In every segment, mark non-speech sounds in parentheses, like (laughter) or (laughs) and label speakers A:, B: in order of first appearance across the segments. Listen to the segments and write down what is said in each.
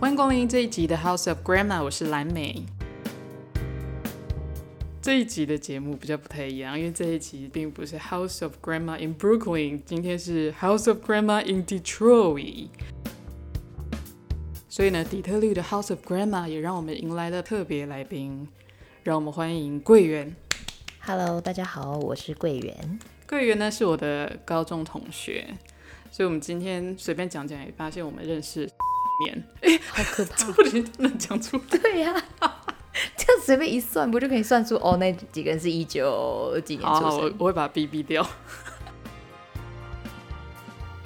A: 欢迎光临这一集的 House of Grandma，我是蓝莓。这一集的节目比较不太一样，因为这一集并不是 House of Grandma in Brooklyn，今天是 House of Grandma in Detroit。所以呢，底特律的 House of Grandma 也让我们迎来了特别来宾，让我们欢迎桂圆。
B: Hello，大家好，我是桂圆。
A: 桂圆呢是我的高中同学，所以我们今天随便讲讲，也发现我们认识年，
B: 好可
A: (laughs)
B: 怕！
A: 不能不能讲出
B: (laughs) 对呀、 (laughs) 这样随便一算，不就可以算出哦？那几个人是一九几年
A: 好
B: 出
A: 好，我
B: 生？
A: 我会把 B B (laughs) 掉。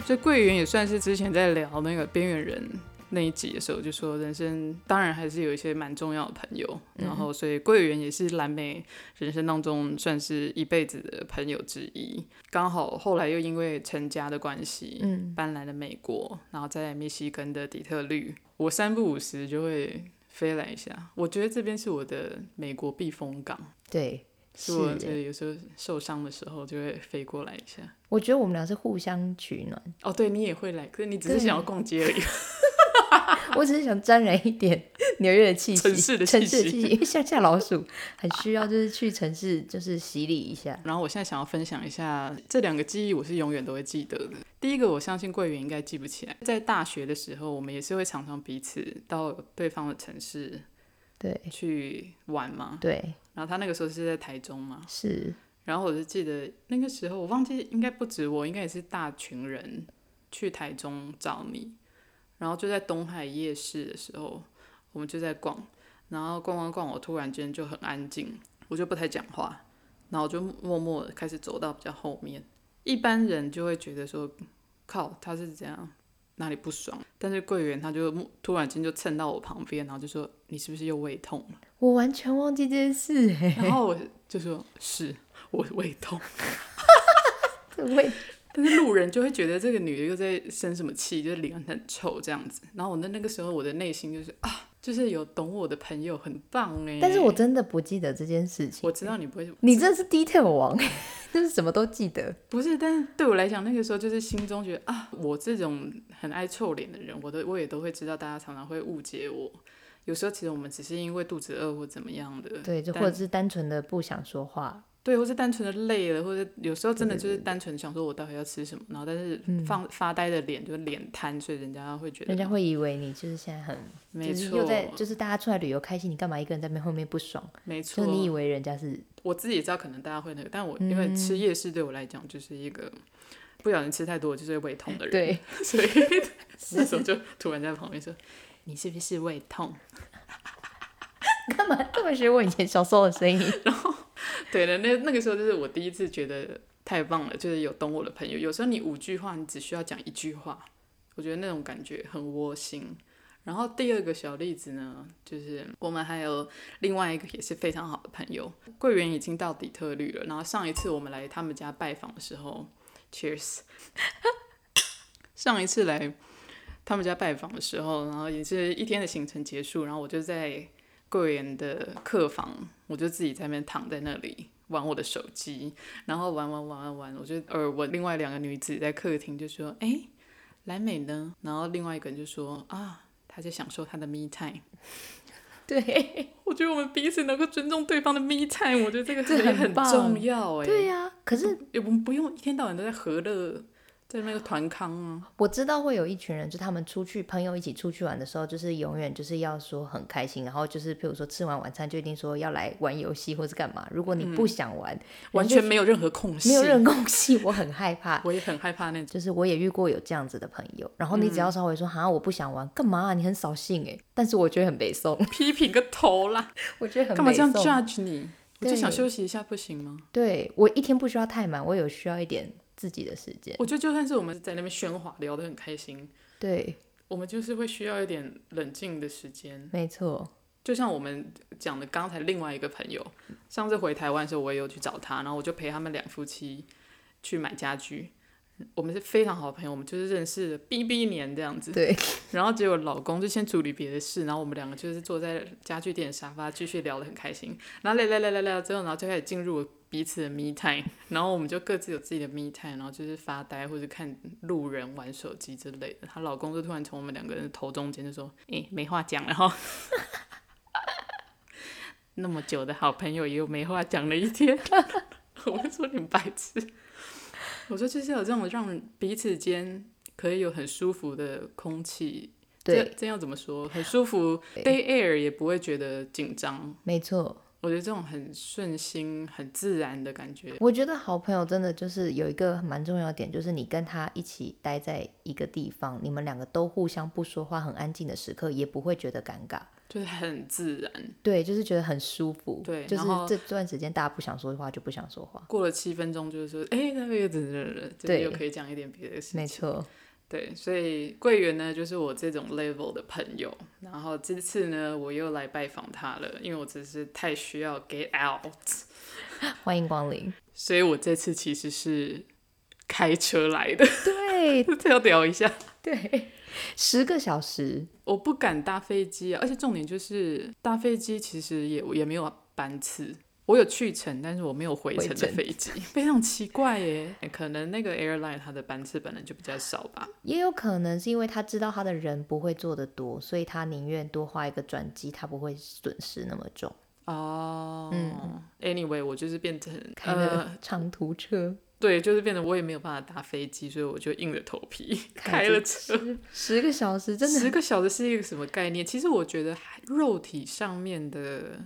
A: 所以桂圆也算是之前在聊那个边缘人那一集的时候，就说人生当然还是有一些蛮重要的朋友，
B: 嗯
A: 然后所以桂圆也是蓝莓人生当中算是一辈子的朋友之一。刚好后来又因为成家的关系，
B: 嗯，
A: 搬来了美国，然后在密西根的底特律，我三不五时就会飞来一下。我觉得这边是我的美国避风港。
B: 对，
A: 是我
B: 是
A: 就有时候受伤的时候就会飞过来一下。
B: 我觉得我们俩是互相取暖。 (laughs)
A: 哦，对你也会来，可是你只是
B: 对
A: 想要逛街而已。 (laughs)
B: 我只是想沾染一点 (laughs) 纽约的气息，
A: 城市的气
B: 城
A: 息
B: 市的气息， (laughs) 因为乡下老鼠很需要，就是去城市就是洗礼一下。
A: 然后我现在想要分享一下这两个记忆，我是永远都会记得的。第一个，我相信桂圆应该记不起来，在大学的时候，我们也是会常常彼此到对方的城市
B: 对
A: 去玩嘛。
B: 对，
A: 然后他那个时候是在台中嘛，
B: 是
A: 然后我就记得那个时候，我忘记应该不止我，应该也是大群人去台中找你，然后就在东海夜市的时候，我们就在逛，然后逛逛逛，我突然间就很安静，我就不太讲话，然后我就默默的开始走到比较后面，一般人就会觉得说，靠，他是怎样。哪里不爽？但是桂圆他就默突然间就蹭到我旁边，然后就说：“你是不是又胃痛 (laughs) 了？”
B: 我完全忘记这件事 (laughs) 哎、
A: 然后我就说：“是我胃痛。”
B: 这味
A: 但是路人就会觉得这个女的又在生什么气，就是脸很臭这样子。然后我的那个时候，我的内心就是啊，就是有懂我的朋友很棒哎。
B: 但是我真的不记得这件事情。
A: 我知道你不会，
B: 你真的是 detail 王， (laughs) 就是什么都记得。
A: 不是，但是对我来讲，那个时候就是心中觉得啊，我这种很爱臭脸的人，我都我也都会知道，大家常常会误解我。有时候其实我们只是因为肚子饿或怎么样的，
B: 对，就或
A: 但
B: 者是单纯的不想说话。
A: 对，或是单纯的累了，或者有时候真的就是单纯想说我到底要吃什么，然后但是
B: 嗯
A: 放、发呆的脸就是脸瘫，所以人家会觉得
B: 人家会以为你就是现在很，
A: 没
B: 就是
A: 错，
B: 又在就是大家出来旅游开心，你干嘛一个人在那边后面不爽？
A: 没错，
B: 就是你以为人家是
A: 我自己也知道，可能大家会那个，但我因为吃夜市对我来讲就是一个不小心吃太多就是会胃痛的人，
B: 对，
A: (laughs) 所以那时候就突然在旁边说：“ (laughs) 你是不是胃痛
B: 干嘛这么学我以前小时候的声音？？”
A: (laughs) 对的，那那个时候就是我第一次觉得太棒了，就是有懂我的朋友。有时候你五句话，你只需要讲一句话，我觉得那种感觉很窝心。然后第二个小例子呢，就是我们还有另外一个也是非常好的朋友，桂圆已经到底特律了。然后上一次我们来他们家拜访的时候，Cheers，上一次来他们家拜访的时候，然后也是一天的行程结束，然后我就在桂圆的客房，我就自己在那边躺在那里。玩我的手机，然后玩玩玩玩玩，我就耳闻另外两个女子在客厅就说：“哎、莱美呢？”然后另外一个人就说：“啊，她在享受她的 me time。” (laughs)
B: 对
A: 我觉得我们彼此能够尊重对方的 me time，我觉得这个
B: 这
A: 也
B: 很
A: 很
B: 棒
A: 重要哎。
B: 对呀、可是
A: 也不不用一天到晚都在和乐，在那个团康啊。
B: 我知道会有一群人，就他们出去朋友一起出去玩的时候，就是永远就是要说很开心，然后就是譬如说吃完晚餐就一定说要来玩游戏或是干嘛。如果你
A: 嗯
B: 不想玩，
A: 完全没有任何空隙，
B: 没有任何空隙，我很害怕。
A: 我也很害怕那种。
B: 就是我也遇过有这样子的朋友，然后你只
A: 嗯
B: 要稍微说哈、我不想玩，干嘛、你很扫兴哎，但是我觉得很北宋，
A: (laughs) 批评个头啦，
B: 我觉得很
A: 干嘛
B: 北
A: 这样
B: 宋。
A: judge 你？我就
B: 对
A: 想休息一下，不行吗？
B: 对我一天不需要太满，我有需要一点自己的时间。
A: 我觉得就算是我们在那边喧哗，聊得很开心，
B: 对，
A: 我们就是会需要一点冷静的时间。
B: 没错，
A: 就像我们讲的，刚才另外一个朋友，上次回台湾的时候，我也有去找他，然后我就陪他们两夫妻去买家具。我们是非常好的朋友，我们就是认识了 B B 年这样子。
B: 对，
A: 然后结果老公就先处理别的事，然后我们两个就是坐在家具店的沙发继续聊得很开心。然后聊聊聊聊聊之后，然后就开始进入彼此的 me time，然后我们就各自有自己的 me time，然后就是发呆或者看路人玩手机之类的。她老公就突然从我们两个人的头中间就说：“诶、没话讲。”然后那么久的好朋友也有没话讲的一天。 (laughs) 我就说你们白痴，我说就是有这种让彼此间可以有很舒服的空气。
B: 对，
A: 这这要怎么说？很舒服，day air 也不会觉得紧张。
B: 没错。
A: 我觉得这种很顺心、很自然的感觉，
B: 我觉得好朋友真的就是有一个蛮重要的点，就是你跟他一起待在一个地方，你们两个都互相不说话，很安静的时刻，也不会觉得尴尬。
A: 就是很自然。
B: 对，就是觉得很舒服。
A: 嗯对
B: 就是
A: 然后
B: 这段时间大家不想说话就不想说话。
A: 过了七分钟，就是说，哎、那个怎么怎么怎么，就是
B: 对
A: 又可以讲一点别的事
B: 没
A: 情。
B: 错，
A: 对，所以桂圆呢，就是我这种 level 的朋友。然后这次呢，我又来拜访他了，因为我只是太需要 get out，
B: 欢迎
A: (laughs)
B: 光临。
A: 所以我这次其实是开车来的。 (laughs)
B: 对
A: 这要聊一下。 (laughs)
B: 对，十个小时，
A: 我不敢搭飞机啊，而且重点就是搭飞机其实也也没有班次，我有去程，但是我没有回程
B: 回
A: 的
B: 程
A: 飞机，非常奇怪耶。可能那个 airline 它的班次本来就比较少吧。
B: 也有可能是因为他知道他的人不会做得多，所以他宁愿多花一个转机，他不会损失那么重。
A: 哦、a n y w a y 我就是变成
B: 开
A: 呃，
B: 了长途车，
A: 对，就是变成我也没有办法搭飞机，所以我就硬着头
B: (laughs)
A: 皮开
B: 着
A: 了车。
B: 十十个小时，真的
A: 十个小时是一个什么概念？其实我觉得还肉体上面的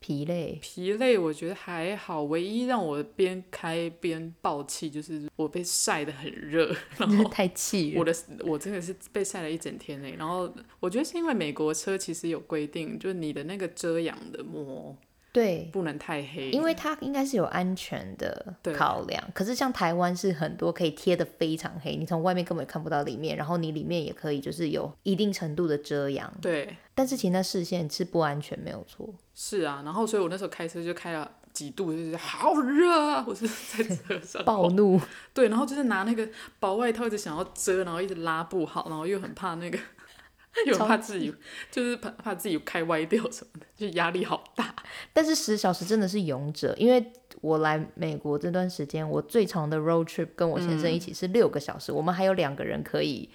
B: 疲累。
A: 疲累，我觉得还好。唯一让我边开边爆气，就是我被晒得很
B: (laughs)
A: 热，然
B: 真的
A: 后
B: 太气
A: 我
B: 人，
A: 的我真的是被晒了一整天呢。然后我觉得是因为美国车其实有规定，就是你的那个遮阳的膜
B: 对，
A: 不能太黑，
B: 因为它应该是有安全的
A: 对
B: 考量。可是像台湾是很多可以贴的非常黑，你从外面根本看不到里面，然后你里面也可以就是有一定程度的遮阳，
A: 对
B: 但是其实那视线是不安全，没有错。
A: 是啊。然后所以我那时候开车就开了几度，就是好热啊！我是 (laughs) 在车上
B: 暴怒，
A: 对，然后就是拿那个薄外套一直想要遮，然后一直拉不好，然后又很怕那个， (laughs) 又很怕自己，就是怕怕自己开歪掉什么的，就压力好大。
B: 但是十小时真的是勇者，因为我来美国这段时间，我最长的 road trip 跟我
A: 嗯
B: 先生一起是六个小时，我们还有两个人可以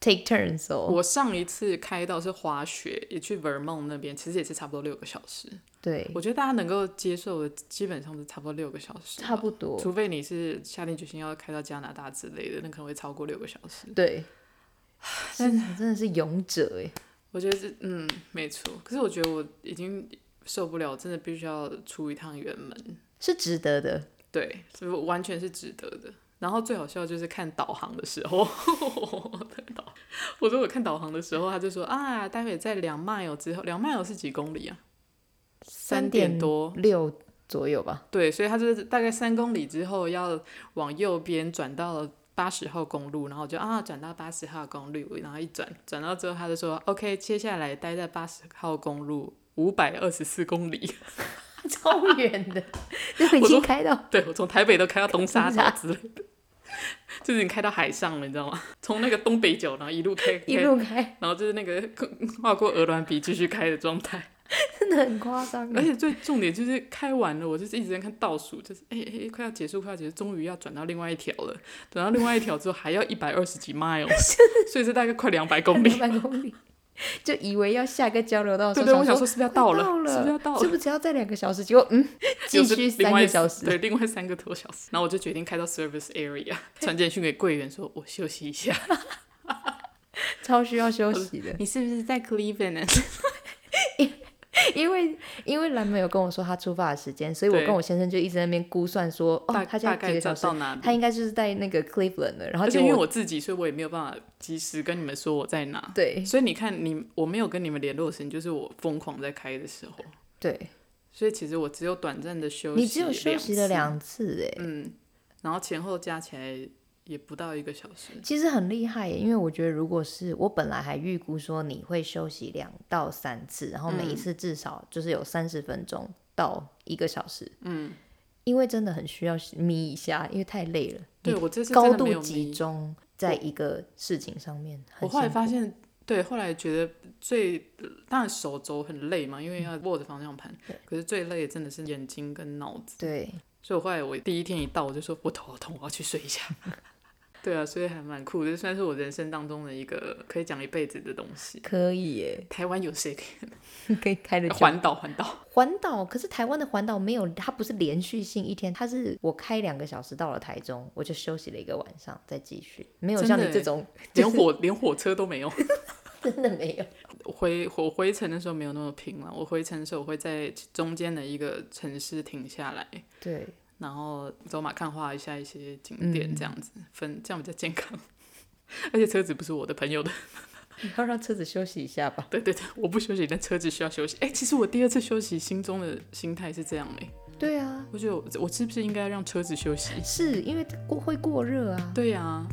B: take turns 哦。
A: 我上一次开到是滑雪，也去 Vermont 那边，其实也是差不多六个小时。
B: 对，
A: 我觉得大家能够接受的，基本上是啊差不多六个小时吧，
B: 差不多。
A: 除非你是下定决心要开到加拿大之类的，那可能会超过六个小时。
B: 对，真的真的是勇者哎，
A: 我觉得这嗯没错，可是我觉得我已经受不了，真的必须要出一趟远门。
B: 是值得的。
A: 对，所以完全是值得的。然后最好笑就是看导航的时候， (laughs) 我的导，我说我看导航的时候，他就说啊，待会在两 mile 之后，两 mile 是几公里啊？三点多。
B: 六左
A: (laughs)
B: 右吧。
A: 对，所以他就是大概三公里之后要往右边转到八十号公路，然后我就啊转到八十号公路，然后一转转到之后，他就说 OK，接下来待在八十号公路五百二十四公里。
B: 超远的，就已
A: (laughs) 我
B: 经
A: 说
B: 开到
A: (laughs) 对我从台北都开到东沙
B: 东
A: 岛之类的，就是你开到海上了，你知道吗？从那个东北角，然后一路开，
B: (laughs) 一
A: 开
B: 路开，
A: 然后就是那个跨过鹅銮鼻继续开的状态。
B: 真的很夸张
A: (laughs)
B: 欸
A: 而
B: 耶。
A: 且最重点就是开完了，我就是一直在看倒数，就是哎哎、哎快要结束，快要结束，终于要转到另外一条了。转到另外一条之后，还要一百二十几
B: (laughs)
A: miles，所以是大概快两百公里
B: 两。百公里，就以为要下个交流道的时
A: 对对，
B: 候，
A: 我想
B: 说
A: 说是不是要
B: 快
A: 到
B: 了，
A: 是不是要到了？
B: 是不是只要再两个小时？结果 (laughs) 嗯，
A: (laughs)
B: 继
A: 又是
B: 续
A: 另
B: 三
A: 外
B: 个小时，
A: 对，另外三个多小时。然后我就决定开到 service area，传简讯给柜员说，我休息一下。
B: 超需要休
A: (laughs)
B: 息的。
A: 你是不是在 Cleveland？
B: 因为因为蓝莓有跟我说他出发的时间，所以我
A: 对
B: 跟我先生就一直在那边估算说，
A: 大
B: (laughs) 哦，他现
A: 大
B: 在几
A: 概
B: 个小
A: 找
B: 时，
A: 到哪里？
B: 他应该就是在那个 Cleveland 的，然后
A: 而
B: 结
A: 且因为
B: 果
A: 我自己，所以我也没有办法及时跟你们说我在哪。
B: 对
A: 所以你看你，我没有跟你们联络的时间，就是我疯狂在开的时候。
B: 对，
A: 所以其实我只有短暂的休息，
B: 你只有休息了，两次哎，
A: 嗯，然后前后加起来也不到一个小时。
B: 其实很厉害耶，因为我觉得如果是我本来还预估说你会休息两到三次，然后每一次至少就是有三十分钟到一个小时，嗯，因为真的很需要眯一下，因为太累了，
A: 对我这次真
B: 高
A: 的没
B: 度
A: 有
B: 集
A: 迷。
B: 中在一个事情上面，
A: 我
B: 很
A: 后来
B: 辛苦
A: 发现，对，后来觉得最当然手肘很累嘛，因为要握着方向盘，可是最累的真的是眼睛跟脑子。
B: 对，
A: 所以我后来我第一天一到，我就说我头好痛，我要去睡一下。 (laughs) 对啊，所以还蛮酷的，算是我人生当中的一个可以讲一辈子的东西。
B: 可以耶，
A: 台湾有 (laughs) 谁可以
B: 可以开得久。
A: (laughs) 环岛？环岛
B: 环岛，可是台湾的环岛没有，它不是连续性一天，它是我开两个小时到了台中，我就休息了一个晚上，再继续，没有
A: 真
B: 像
A: 的
B: 你
A: 耶
B: 这种 (laughs)
A: 连火连火车都没有。
B: 真的没有。
A: 回我回程的时候没有那么拼了，我回程的时候我会在中间的一个城市停下来，
B: 对，
A: 然后走马看花一下一些景点，这样子、分这样比较健康。 (laughs) 而且车子不是我的朋友的， (laughs)
B: 要让车子休息一下吧。
A: 对对对，我不休息，但车子需要休息。哎、其实我第二次休息，心中的心态是这样哎、
B: 对啊，
A: 我觉得我我是不是应该让车子休息？
B: 是因为过会过热啊。
A: 对呀、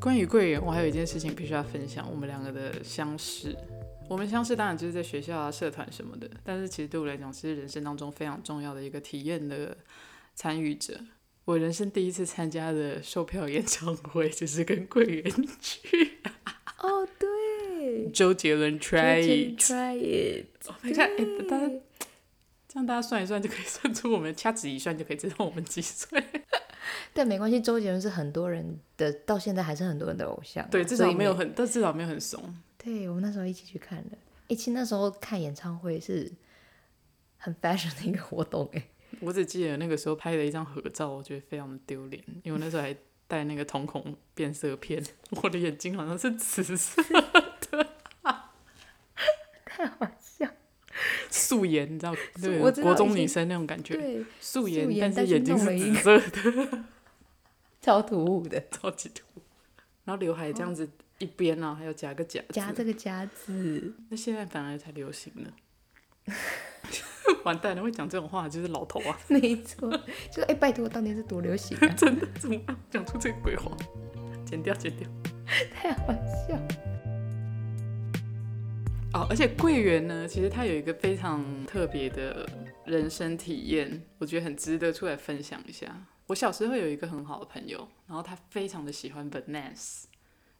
A: 关于贵人，我还有一件事情必须要分享，我们两个的相识。我们相识当然就是在学校啊、社团什么的，但是其实对我来讲，是人生当中非常重要的一个体验的参与者。我人生第一次参加的售票演唱会，就是跟贵人 (laughs) 去
B: 哦，对
A: 周杰伦 Try
B: Try
A: It。
B: Try it，
A: Oh my god！哎、大家这样大家算一算就可以算出我们掐指一算就可以知道我们几
B: (laughs)
A: 岁。
B: 但没关系，周杰伦是很多人的，到现在还是很多人的偶像啊。
A: 对，至
B: 所
A: 少
B: 以
A: 没有很，但至少没有很怂。
B: 对我们那时候一起去看的，一起那时候看演唱会是很 fashion 的一个活动哎、
A: 我只记得那个时候拍了一张合照，我觉得非常的丢脸，因为我那时候还戴那个瞳孔变色片， (laughs) 我的眼睛好像是紫色的， (laughs) 太好笑。素颜，你知道，对，
B: 我知道
A: 国中
B: 以前
A: 女生那种感觉，
B: 对，
A: 素
B: 素颜
A: 但是
B: 但是
A: 眼睛
B: 弄
A: 是
B: 了一
A: 紫
B: 个
A: 色的，
B: 超突
A: (laughs)
B: 兀的，
A: 超级土。然后刘海这样子
B: 哦
A: 一边啊，还有夹个夹子
B: 夹这个夹子，
A: 那现在反而才流行呢。 (laughs) 完蛋了，会讲这种话就是老头啊！
B: 没错， (laughs) 就哎、拜托，当年是多流行
A: (laughs)
B: 啊，
A: 真的怎么讲出这个鬼话？剪掉，剪掉。
B: 太好笑了。
A: 哦，而且桂圆呢，其实它有一个非常特别的人生体验，我觉得很值得出来分享一下。我小时候有一个很好的朋友，然后他非常的喜欢 Vanessa，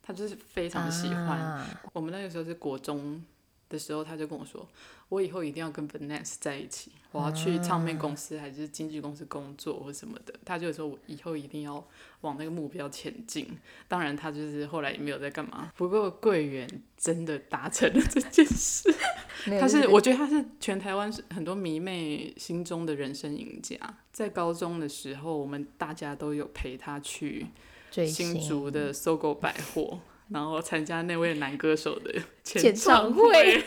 A: 他就是非常的喜欢。
B: 啊
A: 我们那个时候是国中的时候，他就跟我说，我以后一定要跟 Vanessa 在一起，我要
B: 啊
A: 去唱片公司还是经纪公司工作或什么的。他就说我以后一定要往那个目标前进。当然，他就是后来也没有在干嘛。不过桂圆真的达成了这件事，
B: 没有
A: 他
B: 就是
A: 我觉得他是全台湾很多迷妹心中的人生赢家。在高中的时候，我们大家都有陪他去
B: 追
A: 新
B: 星
A: 竹的搜狗百
B: (laughs)
A: 货，然后参加那位男歌手的唱
B: 演唱
A: 会，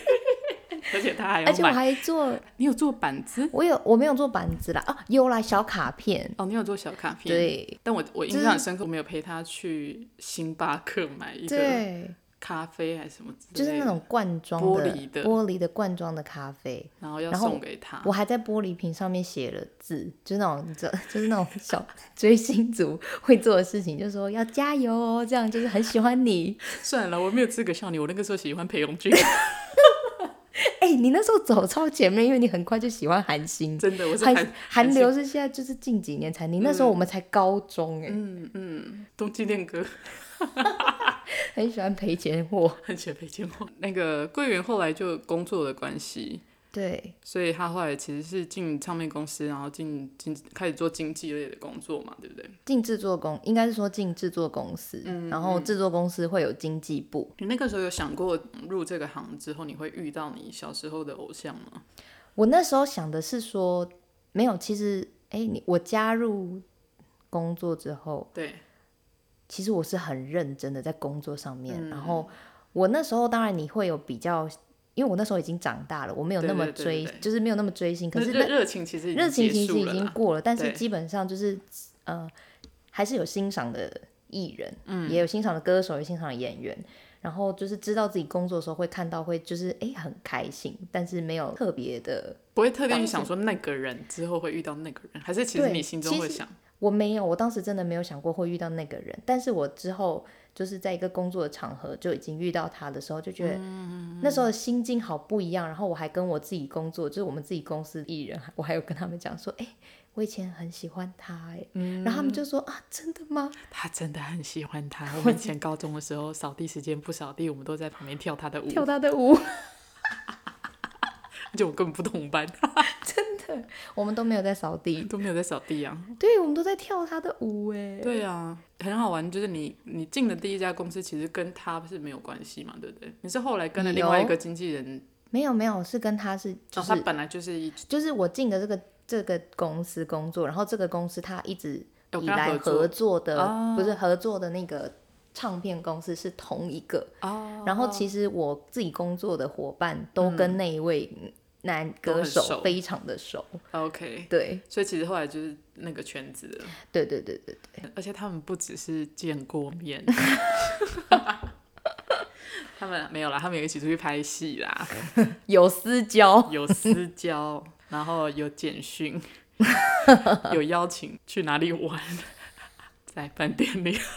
A: 而且他还
B: (laughs) 而
A: 要
B: 且我
A: 买。
B: 还
A: (laughs)
B: 做，
A: 你有做板子？
B: 我有我没有做板子啦，啊，有啦，小卡片，
A: 哦，你有做小卡片？。
B: 对
A: 但我我印
B: 就是
A: 象很深刻，我们有陪他去星巴克买一个
B: 对，
A: 咖啡还是什么之类的，
B: 就是那种罐装
A: 玻
B: 的
A: 璃的啊
B: 玻璃的罐装的咖啡，
A: 然后要
B: 然后
A: 送给他。
B: 我还在玻璃瓶上面写了字，就是那种你知道，就是那种小追星族会做的事情，就是说要加油哦，这样就是很喜欢你。
A: 算了，我没有资格笑你，我那个时候喜欢裴
B: (laughs)
A: 勇俊，
B: 哎、你那时候走超前面，因为你很快就喜欢韩星。
A: 真的，我是
B: 韩
A: 韩嗯
B: 韩流是现在就是近几年才，你那时候我们才高中哎、
A: 冬季嗯恋歌，
B: 很喜欢赔钱
A: (laughs)
B: 货。
A: 很喜欢裴建华。那个桂圆后来就工作的关系，
B: 对，
A: 所以他后来其实是进唱片公司，然后进经开始做经纪类的工作嘛，对不对？
B: 进制作公应该是说进制作公司，
A: 嗯
B: 然后制作公司会有经纪部，
A: 你那个时候有想过入这个行之后，你会遇到你小时候的偶像吗？
B: 我那时候想的是说，没有，其实，哎、你我加入工作之后，
A: 对，
B: 其实我是很认真的在工作上面。
A: 嗯
B: 然后我那时候当然你会有比较，因为我那时候已经长大了，我没有那么
A: 对对对
B: 追，
A: 对对
B: 就是没有那么追星。可是
A: 那热热情其实已
B: 热
A: 经
B: 情
A: 结
B: 其实
A: 束
B: 已
A: 了
B: 经
A: 啦，
B: 过了，但是
A: 对
B: 基本上就是呃，还是有欣赏的艺人，
A: 嗯
B: 也有欣赏的歌手，有欣赏的演员。然后就是知道自己工作的时候会看到，会就是哎、诶很开心，但是没有特别的
A: 不会特地去想说那个人之后会遇到那个人，还是其实
B: 对
A: 你心中
B: 其
A: 会
B: 实
A: 想，
B: 我没有，我当时真的没有想过会遇到那个人，但是我之后就是在一个工作的场合就已经遇到他的时候，就觉得那时候的心境好不一样。然后我还跟我自己工作，就是我们自己公司的艺人， (laughs) 我还有跟他们讲说，哎、我以前很喜欢他、哎、然后他们就说啊，真的吗？
A: 他真的很喜欢
B: (laughs)
A: 他。我们以前高中的时候，扫地时间不扫地，我们都在旁边跳他的舞，
B: 跳他的舞，
A: 而且我根本不同班，
B: 我们都没有在扫地，
A: 都没有在扫地啊。
B: 对，我们都在跳他的舞哎。
A: 对啊，很好玩，就是你你进的第一家公司其实跟他是没有关系嘛，对不对？你是后来跟了另外一个经纪人，
B: 没有没有，是跟他是就
A: 哦，
B: 是、
A: 他本来就是一
B: 就是我进的这个这个公司工作，然后这个公司他一直
A: 有
B: 以
A: 哦跟他
B: 来
A: 合作哦
B: 合作的不是合作的那个唱片公司是同一个，
A: 哦，嗯
B: 然后其实我自己工作的伙伴都跟那一位男
A: 都
B: 歌
A: 很
B: 手
A: 熟
B: 非常的熟，
A: OK，
B: 对
A: 所以其实后来就是那个圈子了。
B: 对对对对，
A: 而且他们不只是见过
B: (laughs)
A: 面，他们没有啦，他们有一起出去拍戏
B: (laughs)
A: 啦，
B: 有私交，
A: 有私交，然后有简
B: (laughs)
A: 讯，有邀请去哪里玩，在饭店里。 (laughs)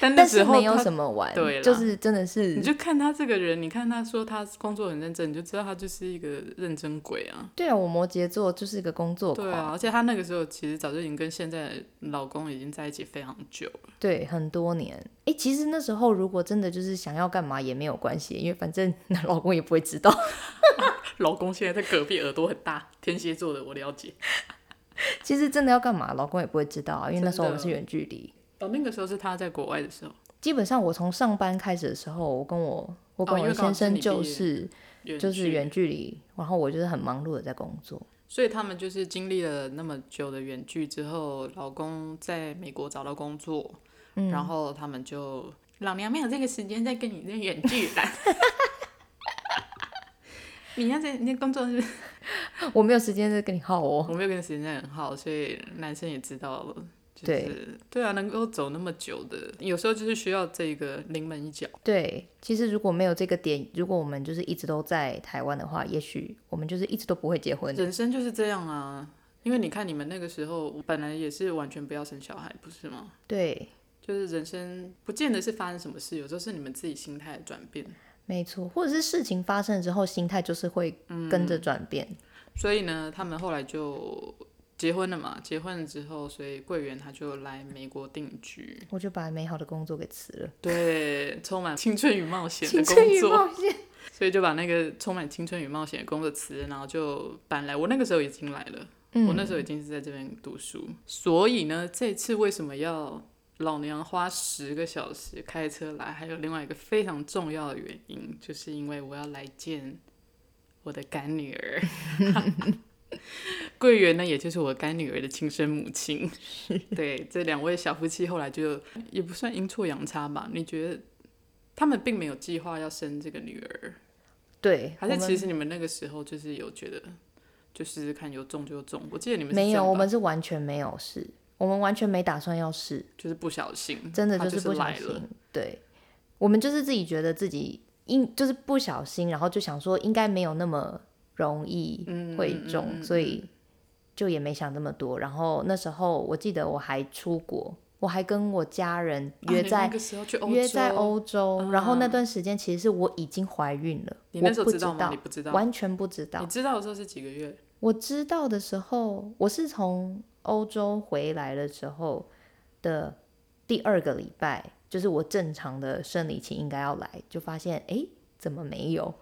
A: 但 (laughs) 那
B: 但
A: 时
B: 是
A: 候
B: 没有
A: 他，
B: 什么玩
A: 对，啦
B: 就是真的
A: 你
B: 是。
A: 就看他这个人，你看他说他工作很认真，你就知道他就是一个认真鬼啊。
B: 对啊，我摩羯座就是一个工作狂，
A: 对啊，而且他那个时候其实早就已经跟现在的老公已经在一起非常久了。 (laughs)
B: 对，很多年。哎、其实那时候如果真的就是想要干嘛也没有关系，因为反正 (laughs) 老公也不会知道。
A: 老公现在在隔壁，耳朵很大，天蝎座的我了解。
B: 其实真的要干嘛，老公也不会知道啊，因为那时候我们是
A: 真
B: 远距离。
A: 哦，那个时候是他在国外的时候，
B: 基本上我从上班开始的时候，我跟我我跟
A: 哦因
B: 我
A: 为
B: 的
A: 刚好
B: 先
A: 是
B: 生
A: 你毕业
B: 就是、
A: 远
B: 就是
A: 距
B: 远距离，然后我就是很忙碌的在工作。 (laughs)
A: 所以他们就是经历了那么久的远距之后，老公在美国找到工作，
B: 嗯
A: 然后他们就老娘没有这个时间再跟你那远距啦。 (laughs) 你要在你的工作是不是，
B: 我没有时间再跟你耗哦。
A: 我没有跟你时间真的很好，所以男生也知道了，就是
B: 对
A: 对啊，能够走那么久的，有时候就是需要这个临门一脚。
B: 对，其实如果没有这个点，如果我们就是一直都在台湾的话，也许我们就是一直都不会结婚。
A: 人生就是这样啊，因为你看你们那个时候本来也是完全不要生小孩，不是吗？
B: 对，
A: 就是人生不见得是发生什么事，有时候是你们自己心态的转变。
B: 没错，或者是事情发生之后，心态就是会跟着转变。
A: 嗯所以呢，他们后来就结婚了嘛，结婚了之后，所以桂圆她就来美国定居。
B: 我就把美好的工作给辞了，
A: 对，充满青春与冒险
B: 青
A: 的
B: 春
A: 工
B: 与
A: 作，
B: 冒险。
A: 所以就把那个充满青春与冒险的工作辞了，然后就搬来。我那个时候已经来了，我那时候已经是在这边读书，所以呢，这次为什么要老娘花十个小时开车来？还有另外一个非常重要的原因，就是因为我要来见我的干女儿。 (laughs) 桂圆呢，也就是我干女儿的亲生母亲。 (laughs) 对，这两位小夫妻后来就也不算阴错阳差吧？你觉得他们并没有计划要生这个女儿，
B: 对，
A: 还是
B: 我们
A: 其实你们那个时候就是有觉得，就试试看有中就中。我记得你们是
B: 没
A: 这
B: 有，
A: 样
B: 我
A: 吧
B: 们是完全没有试，我们完全没打算要试，
A: 就是不小心，
B: 真的
A: 嗯他就是
B: 不小
A: 来
B: 心。
A: 了。
B: 对，我们就是自己觉得自己应就是不小心，然后就想说应该没有那么容易
A: 嗯
B: 会中，所以就也没想那么多。然后那时候我记得我还出国，我还跟我家人约
A: 啊你
B: 在、
A: 那个时候去欧洲，
B: 约在欧洲，
A: 啊
B: 然后那段时间其实是我已经怀孕了，
A: 你那时候
B: 我不
A: 知道吗？你不知道，
B: 完全不知道嗯
A: 你。知道的时候是几个月？
B: 我知道的时候，我是从欧洲回来的时候的第二个礼拜，就是我正常的生理期应该要来，就发现诶怎么没有？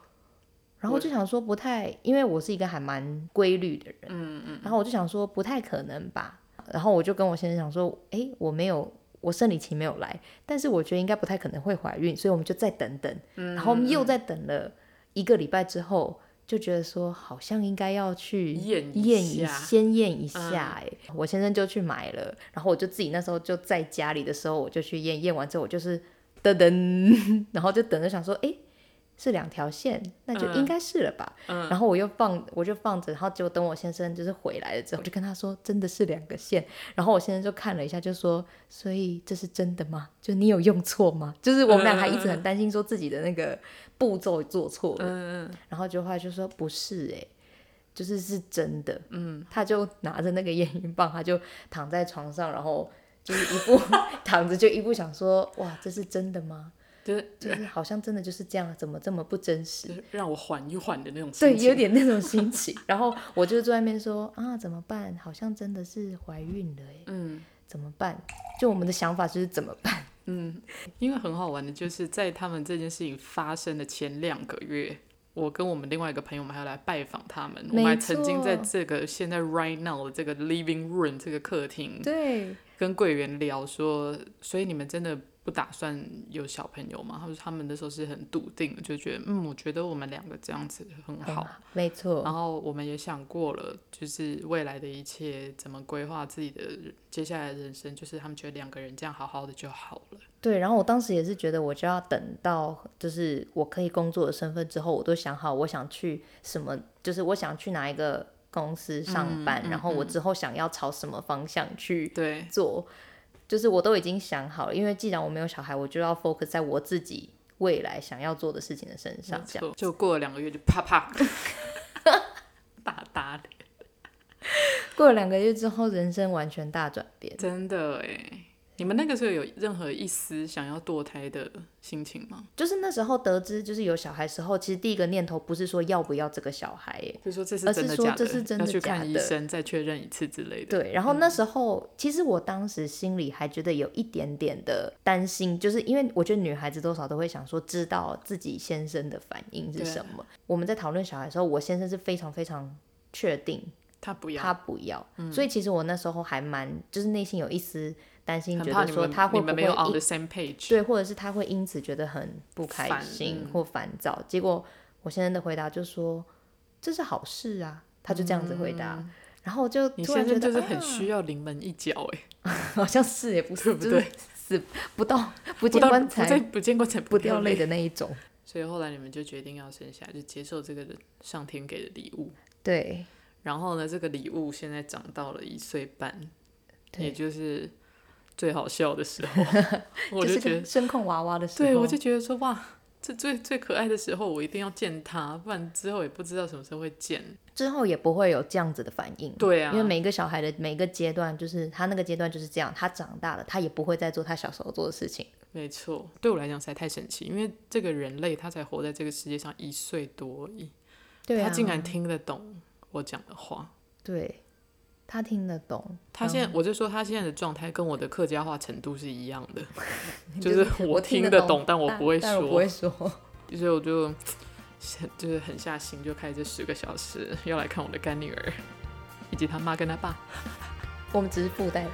B: 然后就想说不太，因为我是一个还蛮规律的人，嗯嗯，然后我就想说不太可能吧，然后我就跟我先生讲说，诶，我没有，我生理期没有来，但是我觉得应该不太可能会怀孕，所以我们就再等等，然后我们又再等了一个礼拜之后，就觉得说好像应该要去
A: 验一
B: 验一
A: 下嗯
B: 先验一下、诶，我先生就去买了，然后我就自己那时候就在家里的时候，我就去验，验完之后我就是噔噔， (laughs) 然后就等着想说，诶。是两条线，那就应该是了吧。
A: 嗯
B: 然后我又放，我就放着，然后结果等我先生就是回来了之后，我就跟他说真的是两个线。然后我先生就看了一下，就说所以这是真的吗？就你有用错吗？就是我们俩还一直很担心说自己的那个步骤做错了。
A: 嗯
B: 然后就后来就说不是哎、就是是真的。嗯，他就拿着那个验孕棒，他就躺在床上，然后。就是一步 (laughs) 躺着就一步想说，哇，这是真的吗？
A: 就是
B: 就是好像真的就是这样，怎么这么不真实？
A: 就是让我缓一缓的那种
B: 对，
A: 心情。
B: 有点那种心情。然后我就坐在那边说啊，怎么办？好像真的是怀孕了哎，
A: 嗯
B: 怎么办？就我们的想法就是怎么办？
A: 嗯，因为很好玩的就是在他们这件事情发生的前两个月，我跟我们另外一个朋友，我们还要来拜访他们。我们
B: 没
A: 还曾经在
B: 错
A: 这个现在 right now 的这个 living room 这个客厅，
B: 对，
A: 跟柜员聊说，所以你们真的不打算有小朋友吗？他说他们那时候是很笃定的，就觉得嗯，我觉得我们两个这样子很好。
B: 嗯，没错，
A: 然后我们也想过了，就是未来的一切怎么规划自己的接下来的人生，就是他们觉得两个人这样好好的就好了。
B: 对。然后我当时也是觉得，我就要等到就是我可以工作的身份之后，我都想好我想去什么，就是我想去哪一个公
A: 嗯
B: 司上班，然后我之后想要朝什么方向去
A: 对，
B: 做，就是我都已经想好了。因为既然我没有小孩，我就要 focus 在我自己未来想要做的事情的身上
A: 没，
B: 这样。
A: 错，就过了两个月就啪啪，
B: (laughs)
A: 大打脸，
B: 过了两个月之后，人生完全大转变。
A: 真的哎。你们那个时候有任何一丝想要堕胎的心情吗？
B: 就是那时候得知就是有小孩时候，其实第一个念头不是说要不要这个小孩耶，
A: 就说这是
B: 而
A: 真
B: 是
A: 的
B: 说
A: 假的，
B: 这是真的
A: 要去
B: 假
A: 看医
B: 的
A: 生再确认一次之类的。嗯
B: 对。然后那时候、其实我当时心里还觉得有一点点的担心，就是因为我觉得女孩子多少都会想说知道自己先生的反应是
A: 对
B: 什么。我们在讨论小孩的时候，我先生是非常非常确定
A: 他不要，嗯
B: 他不要，所以其实我那时候还蛮就是内心有一丝担心，
A: 很
B: 觉
A: 怕
B: 得
A: 你
B: 说
A: 们
B: 他会
A: 你
B: 不
A: 们
B: 会
A: 没有
B: 因
A: on the same page。
B: 对，或者是他会因此觉得很不开
A: 烦
B: 心
A: 嗯
B: 或烦躁。结果我先生的回答就说：“这是好事啊。”他就这样子回答，然后我就
A: 嗯你
B: 突然
A: 先
B: 觉
A: 生
B: 得
A: 就是很
B: 啊
A: 需要临门一
B: (laughs)
A: 脚哎、
B: 好像是也不
A: (laughs) 对
B: 是，
A: 不对？
B: 就是死不到不
A: 不
B: 见
A: 到
B: 棺
A: 不
B: 材
A: 在不见棺材
B: 不
A: 掉
B: 掉泪。的那一种。
A: 所以后来你们就决定要生下来，就接受这个上天给的礼物。
B: 对，
A: 然后呢，这个礼物现在长到了一岁半，
B: 对
A: 也就是最好笑的时
B: (laughs)
A: 候，我
B: 就
A: 就是觉得
B: 个，声控娃娃的时候，
A: 对我就觉得说哇，这最最可爱的时候，我一定要见他，不然之后也不知道什么时候会见。
B: 之后也不会有这样子的反应。
A: 对啊
B: 因为每一个小孩的每一个阶段，就是他那个阶段就是这样，他长大了，他也不会再做他小时候做的事情。
A: 没错，对我来讲实在太神奇，因为这个人类他才活在这个世界上一岁多而已，
B: 对啊，
A: 他竟然听得懂我讲的话。
B: 对，他听得懂。
A: 他现在，我就说他现在的状态跟我的客家话程度是一样 (laughs) 的，就是我听得懂，但我不会
B: 但我不
A: 说，
B: 会说。 (laughs)
A: 所以我就就是狠下心，就开这十个小时要来看我的干女儿，以及他妈跟他爸。
B: 我们只是附带，